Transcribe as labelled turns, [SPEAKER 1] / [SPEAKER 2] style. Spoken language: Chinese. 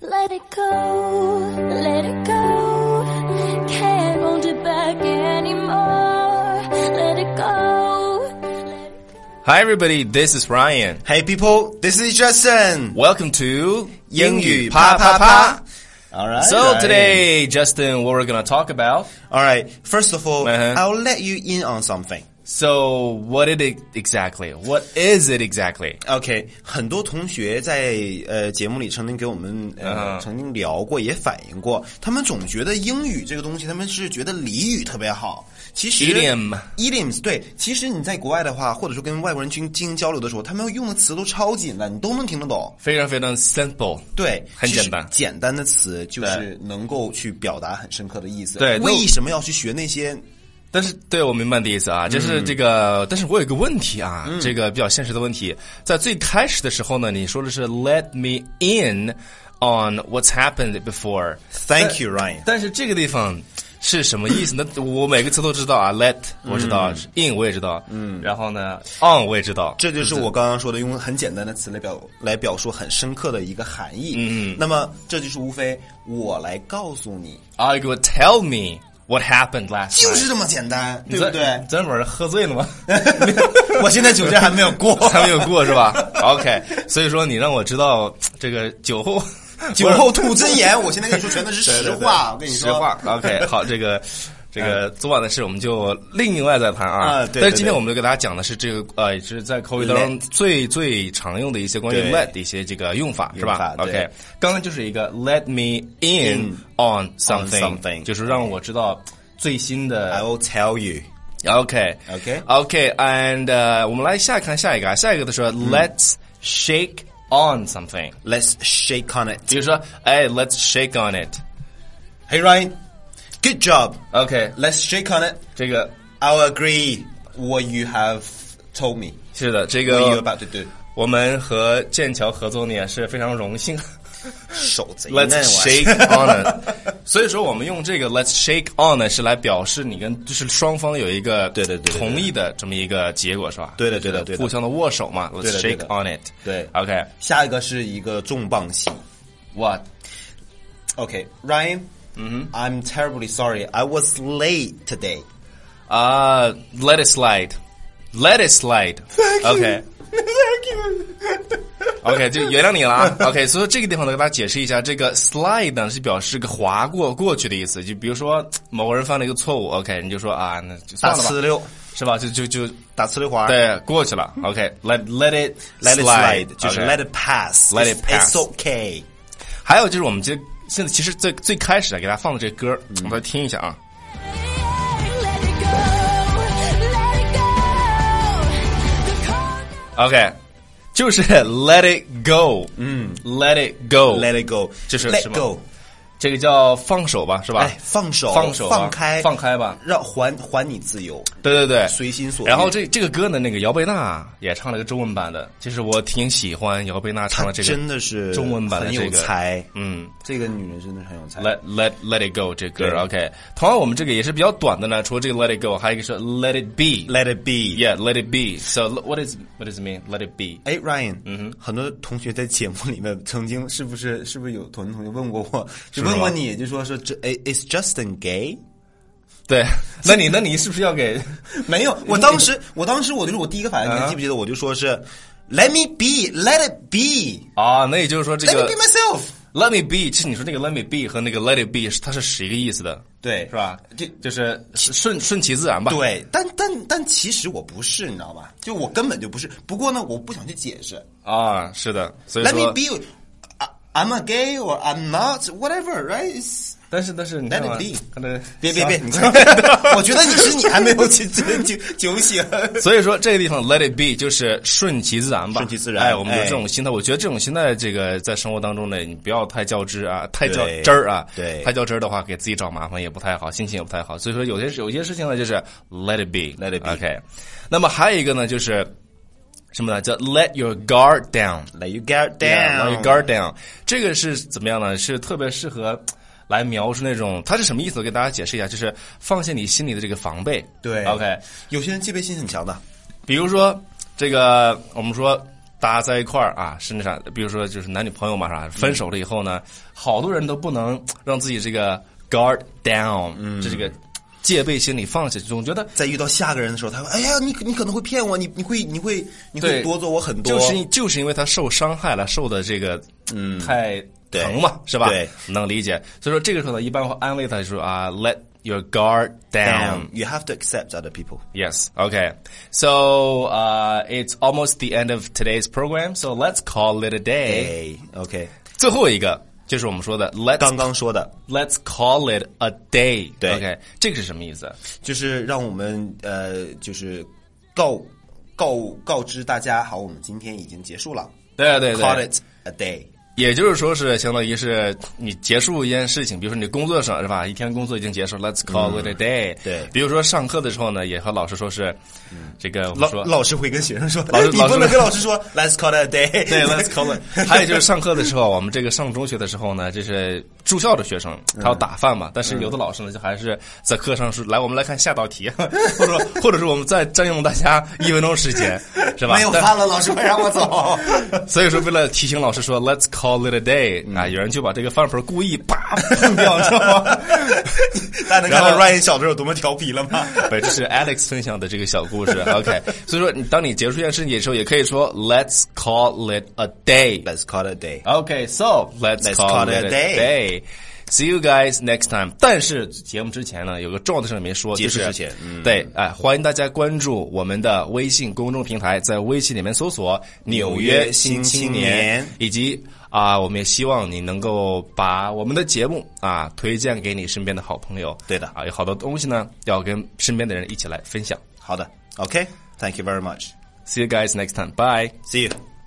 [SPEAKER 1] Let it go, let it go. Can't hold it back anymore. Let it go. Let it go.
[SPEAKER 2] Hi, everybody. This is Ryan.
[SPEAKER 3] Hey people, this is Justin.
[SPEAKER 2] Welcome to
[SPEAKER 3] 英
[SPEAKER 2] 英
[SPEAKER 3] 语
[SPEAKER 2] 语
[SPEAKER 3] 啪
[SPEAKER 2] 啪啪
[SPEAKER 3] 啪啪
[SPEAKER 2] 啪。
[SPEAKER 3] All right.
[SPEAKER 2] So today, Justin, what we're gonna talk about?
[SPEAKER 3] all right. First of all,
[SPEAKER 2] Uh-huh.
[SPEAKER 3] I'll let you in on something.
[SPEAKER 2] So, what it e- exactly? What is it exactly?
[SPEAKER 3] OK，很多同学在呃节目里曾经给我们呃、
[SPEAKER 2] 嗯
[SPEAKER 3] 曾经聊过，也反映过，他们总觉得英语这个东西，他们是觉得俚语特别好。其实
[SPEAKER 2] Idiom
[SPEAKER 3] idioms 对，其实你在国外的话，或者说跟外国人进进行交流的时候，他们用的词都超简单，你都能听得懂。
[SPEAKER 2] 非常非常 simple。
[SPEAKER 3] 对，
[SPEAKER 2] 很
[SPEAKER 3] 其实
[SPEAKER 2] 简单
[SPEAKER 3] 简单的词就是
[SPEAKER 2] 对
[SPEAKER 3] 能够去表达很深刻的意思。
[SPEAKER 2] 对
[SPEAKER 3] 为什么要去学那些？
[SPEAKER 2] 但是，对我明白你的意思啊，就是这个。但是我有个问题啊，这个比较现实的问题，在最开始的时候呢，你说的是 “let me in on what's happened before”。
[SPEAKER 3] Thank you, Ryan.
[SPEAKER 2] 但是这个地方是什么意思呢？ 我每个词都知道啊，let 我知道、i n 我也知道，嗯，然后呢，on 我也知道，
[SPEAKER 3] 这就是我刚刚说的，用很简单的词来表来表述很深刻的一个含义。嗯，那么这就是无非我来告诉你，
[SPEAKER 2] 啊，给我 tell me what happened last，
[SPEAKER 3] 就
[SPEAKER 2] night
[SPEAKER 3] 是这么简单，
[SPEAKER 2] 你
[SPEAKER 3] 对
[SPEAKER 2] 昨
[SPEAKER 3] 不对
[SPEAKER 2] 哎你？昨天晚上喝醉了吗？，
[SPEAKER 3] 我现在酒驾还没有过
[SPEAKER 2] 还没有过是吧？OK，所以说你让我知道这个酒后
[SPEAKER 3] 酒后吐真言。我现在跟你说，全都是实 话。我跟你说，嗯
[SPEAKER 2] 实话。OK，好， 这个。这个昨晚的事我们就另外再谈啊，
[SPEAKER 3] 啊对对
[SPEAKER 2] 但是今
[SPEAKER 3] 对
[SPEAKER 2] 天我们就给大家讲的是这个呃，也是在口语当中
[SPEAKER 3] Let
[SPEAKER 2] 最最常用的一些关于
[SPEAKER 3] 对
[SPEAKER 2] let 的一些这个用法是
[SPEAKER 3] 用
[SPEAKER 2] 吧
[SPEAKER 3] 法对
[SPEAKER 2] ？OK，刚刚就是一个 let me in
[SPEAKER 3] In
[SPEAKER 2] on something，,
[SPEAKER 3] something
[SPEAKER 2] 就是让我知道最新
[SPEAKER 3] I
[SPEAKER 2] 的
[SPEAKER 3] will tell you.
[SPEAKER 2] OK
[SPEAKER 3] 啊 OK
[SPEAKER 2] OK，and、呃我们来下看下一个啊，下一个的说、Let's
[SPEAKER 3] 嗯
[SPEAKER 2] shake on something，
[SPEAKER 3] Let's shake on it.
[SPEAKER 2] 比如说哎，Let's shake on it。
[SPEAKER 3] Hey Ryan, good job.
[SPEAKER 2] OK，
[SPEAKER 3] Let's shake on it.
[SPEAKER 2] 这个
[SPEAKER 3] I'll agree what you have told me.
[SPEAKER 2] 是的，这
[SPEAKER 3] What
[SPEAKER 2] 个
[SPEAKER 3] you about to do?
[SPEAKER 2] 我们和剑桥合作呢也是非常荣 幸。
[SPEAKER 3] 手贼嫩
[SPEAKER 2] Let's
[SPEAKER 3] 玩意儿
[SPEAKER 2] shake on it。所 以说，我们用这个 Let's shake on 呢，是来表示你跟就是双方有一个
[SPEAKER 3] 对对对对对
[SPEAKER 2] 同意的这么一个结果，是吧？
[SPEAKER 3] 对的对的对的
[SPEAKER 2] 互相的握手嘛。
[SPEAKER 3] 对
[SPEAKER 2] Let's
[SPEAKER 3] 的对
[SPEAKER 2] shake
[SPEAKER 3] 的
[SPEAKER 2] on it。
[SPEAKER 3] 对
[SPEAKER 2] ，OK，
[SPEAKER 3] 下一个是一个重磅戏。
[SPEAKER 2] what？
[SPEAKER 3] Okay, Ryan.
[SPEAKER 2] 嗯
[SPEAKER 3] I'm terribly sorry. I was late today.
[SPEAKER 2] 啊、l e t it slide。Let it slide. OK. OK，就原谅你了啊。OK，所以 这个地方呢，给大家解释一下，这个 slide 呢是表示个划过过去的意思。就比如说某个人犯了一个错误，OK，你就说啊，那就算了吧，
[SPEAKER 3] 溜，
[SPEAKER 2] 是吧？就就就
[SPEAKER 3] 打呲溜滑。
[SPEAKER 2] 对，过去了。OK，let、let it
[SPEAKER 3] ，Let it slide，就是
[SPEAKER 2] OK
[SPEAKER 3] Let it pass。
[SPEAKER 2] Let it pass
[SPEAKER 3] It's okay.
[SPEAKER 2] 还有就是我们今现在其实最最开始啊，给大家放的这歌，我
[SPEAKER 3] 嗯
[SPEAKER 2] 们来听一下啊。
[SPEAKER 1] Let it go. Let it go. The cold
[SPEAKER 2] OK，就是 Let it go，嗯，Let it go，
[SPEAKER 3] Let it go，
[SPEAKER 2] Oh 这是
[SPEAKER 3] Let
[SPEAKER 2] 什么
[SPEAKER 3] go。
[SPEAKER 2] 这个叫放手吧，是吧？
[SPEAKER 3] 哎，放手，
[SPEAKER 2] 放手吧，啊
[SPEAKER 3] 放开，
[SPEAKER 2] 放开吧。
[SPEAKER 3] 让还还你自由。
[SPEAKER 2] 对对对，
[SPEAKER 3] 随心所欲
[SPEAKER 2] 然后这这个歌呢，那个姚贝娜也唱了个中文版的，其实我挺喜欢姚贝娜唱的这个，
[SPEAKER 3] 真的是
[SPEAKER 2] 中文版的
[SPEAKER 3] 很
[SPEAKER 2] 这
[SPEAKER 3] 有
[SPEAKER 2] 个
[SPEAKER 3] 才。
[SPEAKER 2] 嗯。
[SPEAKER 3] 这个女人真的是很有才。
[SPEAKER 2] Let let let it go 这歌
[SPEAKER 3] 对
[SPEAKER 2] ，OK。同样，我们这个也是比较短的呢。除了这个 Let it go，还有一个是 Let it be。
[SPEAKER 3] Let it be。
[SPEAKER 2] Yeah，Let it be。So what is what does it mean? Let it be。
[SPEAKER 3] 哎，Ryan，嗯很多同学在节目里面曾经是不是 是不是有同同学问过我，就问过你，就说说这哎，Is Justin gay？
[SPEAKER 2] 对， 那你那你是不是要 给？
[SPEAKER 3] 没有，我当时我当时我就是我第一个
[SPEAKER 2] 啊
[SPEAKER 3] 反应，你还记不记得？我就说是 Let me be, let it be,
[SPEAKER 2] 啊，那也就是说这
[SPEAKER 3] let me
[SPEAKER 2] 个
[SPEAKER 3] be myself。
[SPEAKER 2] Let me be，其实你说那个 Let me be 和那个 Let it be 是它是是一个意思的，
[SPEAKER 3] 对
[SPEAKER 2] 是吧？
[SPEAKER 3] 这
[SPEAKER 2] 就是顺顺其自然吧。
[SPEAKER 3] 对，但但但其实我不是，你知道吧？就我根本就不是。不过呢，我不想去解释。
[SPEAKER 2] 啊，是的，所以
[SPEAKER 3] Let
[SPEAKER 2] 说
[SPEAKER 3] me be, I- I'm a gay or I'm not, whatever, right? It's-
[SPEAKER 2] 但是但是你看啊
[SPEAKER 3] Let it be
[SPEAKER 2] 看这
[SPEAKER 3] 别别别，你看， 我觉得你是你还没有去啊酒酒酒醒。
[SPEAKER 2] 所以说这个地方 let it be 就是顺其自然吧，
[SPEAKER 3] 顺其自然
[SPEAKER 2] 哎，我们有
[SPEAKER 3] 哎
[SPEAKER 2] 这种心态，我觉得这种心态，这个在生活当中呢，你不要太较真啊，太较
[SPEAKER 3] 对
[SPEAKER 2] 真儿啊，
[SPEAKER 3] 对
[SPEAKER 2] 太较真儿的话，给自己找麻烦也不太好，心情也不太好。所以说有些有些事情呢，就是 let it be，let
[SPEAKER 3] it be
[SPEAKER 2] OK，那么还有一个呢，就是什么呢？叫 let your guard down。
[SPEAKER 3] Let you get
[SPEAKER 2] Yeah, let your guard down。这个是怎么样呢？是特别适合来描述那种，它是什么意思？我给大家解释一下，就是放下你心里的这个防备。
[SPEAKER 3] 对
[SPEAKER 2] ，OK。
[SPEAKER 3] 有些人戒备心很强的。
[SPEAKER 2] 比如说这个，我们说大家在一块儿啊，甚至啥，比如说就是男女朋友嘛啥，分手了以后
[SPEAKER 3] 嗯
[SPEAKER 2] 呢，好多人都不能让自己这个 guard down，这这
[SPEAKER 3] 嗯
[SPEAKER 2] 个戒备心理放下，总觉得
[SPEAKER 3] 在遇到下个人的时候，他会，哎呀，你你可能会骗我，你你会你会你
[SPEAKER 2] 对
[SPEAKER 3] 会夺走我很多，
[SPEAKER 2] 就是因就是因为他受伤害了，受的这个嗯太疼嘛，是吧？
[SPEAKER 3] 对，
[SPEAKER 2] 能理解。所以说这个时候呢，一般会安慰他说啊，let your guard down。
[SPEAKER 3] you have to accept other people.
[SPEAKER 2] Yes. Okay. So uh, it's almost the end of today's program. So let's call it a day.
[SPEAKER 3] A OK，
[SPEAKER 2] 最后一个就是我们说的 let's
[SPEAKER 3] 刚刚说的
[SPEAKER 2] let's call it a day。
[SPEAKER 3] 对
[SPEAKER 2] OK，这个是什么意思？
[SPEAKER 3] 就是让我们呃，就是告告告知大家，好，我们今天已经结束了
[SPEAKER 2] 对对
[SPEAKER 3] ，call
[SPEAKER 2] 对，
[SPEAKER 3] it a day。
[SPEAKER 2] 也就是说是相当于是你结束一件事情，比如说你工作上是吧？一天工作已经结束，let's call it a day。
[SPEAKER 3] 嗯对嗯
[SPEAKER 2] 比如说上课的时候呢，也和老师说是这个我们
[SPEAKER 3] 老
[SPEAKER 2] 说
[SPEAKER 3] 老师会跟学生说，
[SPEAKER 2] 老师
[SPEAKER 3] 哎 你
[SPEAKER 2] 老师
[SPEAKER 3] 不能跟老师说，Let's call it a day。
[SPEAKER 2] 对，Let's call it。还有就是上课的时候，我们这个上中学的时候呢，就是住校的学生，
[SPEAKER 3] 嗯
[SPEAKER 2] 他要打饭嘛。但是有的老师呢，就还是在课上说：“来，我们来看下道题， 或者说或者是我们再占用大家一分钟时间，是吧？”
[SPEAKER 3] 没有
[SPEAKER 2] 但
[SPEAKER 3] 饭了，老师快让 我走。
[SPEAKER 2] 所以说，为了提醒老师说 “Let's call it a day”
[SPEAKER 3] 嗯
[SPEAKER 2] 啊，有人就把这个饭盆故意啪碰掉，知道 吗？
[SPEAKER 3] 大家能看
[SPEAKER 2] 然
[SPEAKER 3] 到
[SPEAKER 2] 后
[SPEAKER 3] Ryan 小的时候有多么调皮了吗？
[SPEAKER 2] 对，这是 Alex 分享的这个小故事。OK，所以说，你当你结束一件事情的时候，也可以说 “Let's call it a day”。
[SPEAKER 3] Let's call it a day.
[SPEAKER 2] Okay, so let's,
[SPEAKER 3] Let's
[SPEAKER 2] call,
[SPEAKER 3] call
[SPEAKER 2] it
[SPEAKER 3] it
[SPEAKER 2] a day.
[SPEAKER 3] a
[SPEAKER 2] See you guys next time. 但是节目之前呢，有个重要的事情没说，
[SPEAKER 3] 结束
[SPEAKER 2] 就是
[SPEAKER 3] 之前嗯
[SPEAKER 2] 对，哎，欢迎大家关注我们的微信公众平台，在微信里面搜索“纽约新青
[SPEAKER 3] 纽约新青年
[SPEAKER 2] 以及啊、我们也希望你能够把我们的节目啊推荐给你身边的好朋友。
[SPEAKER 3] 对的
[SPEAKER 2] 啊，有好多东西呢，要跟身边的人一起来分享。
[SPEAKER 3] 好的，OK，Thank you very much.
[SPEAKER 2] See you guys next time. Bye.
[SPEAKER 3] See you.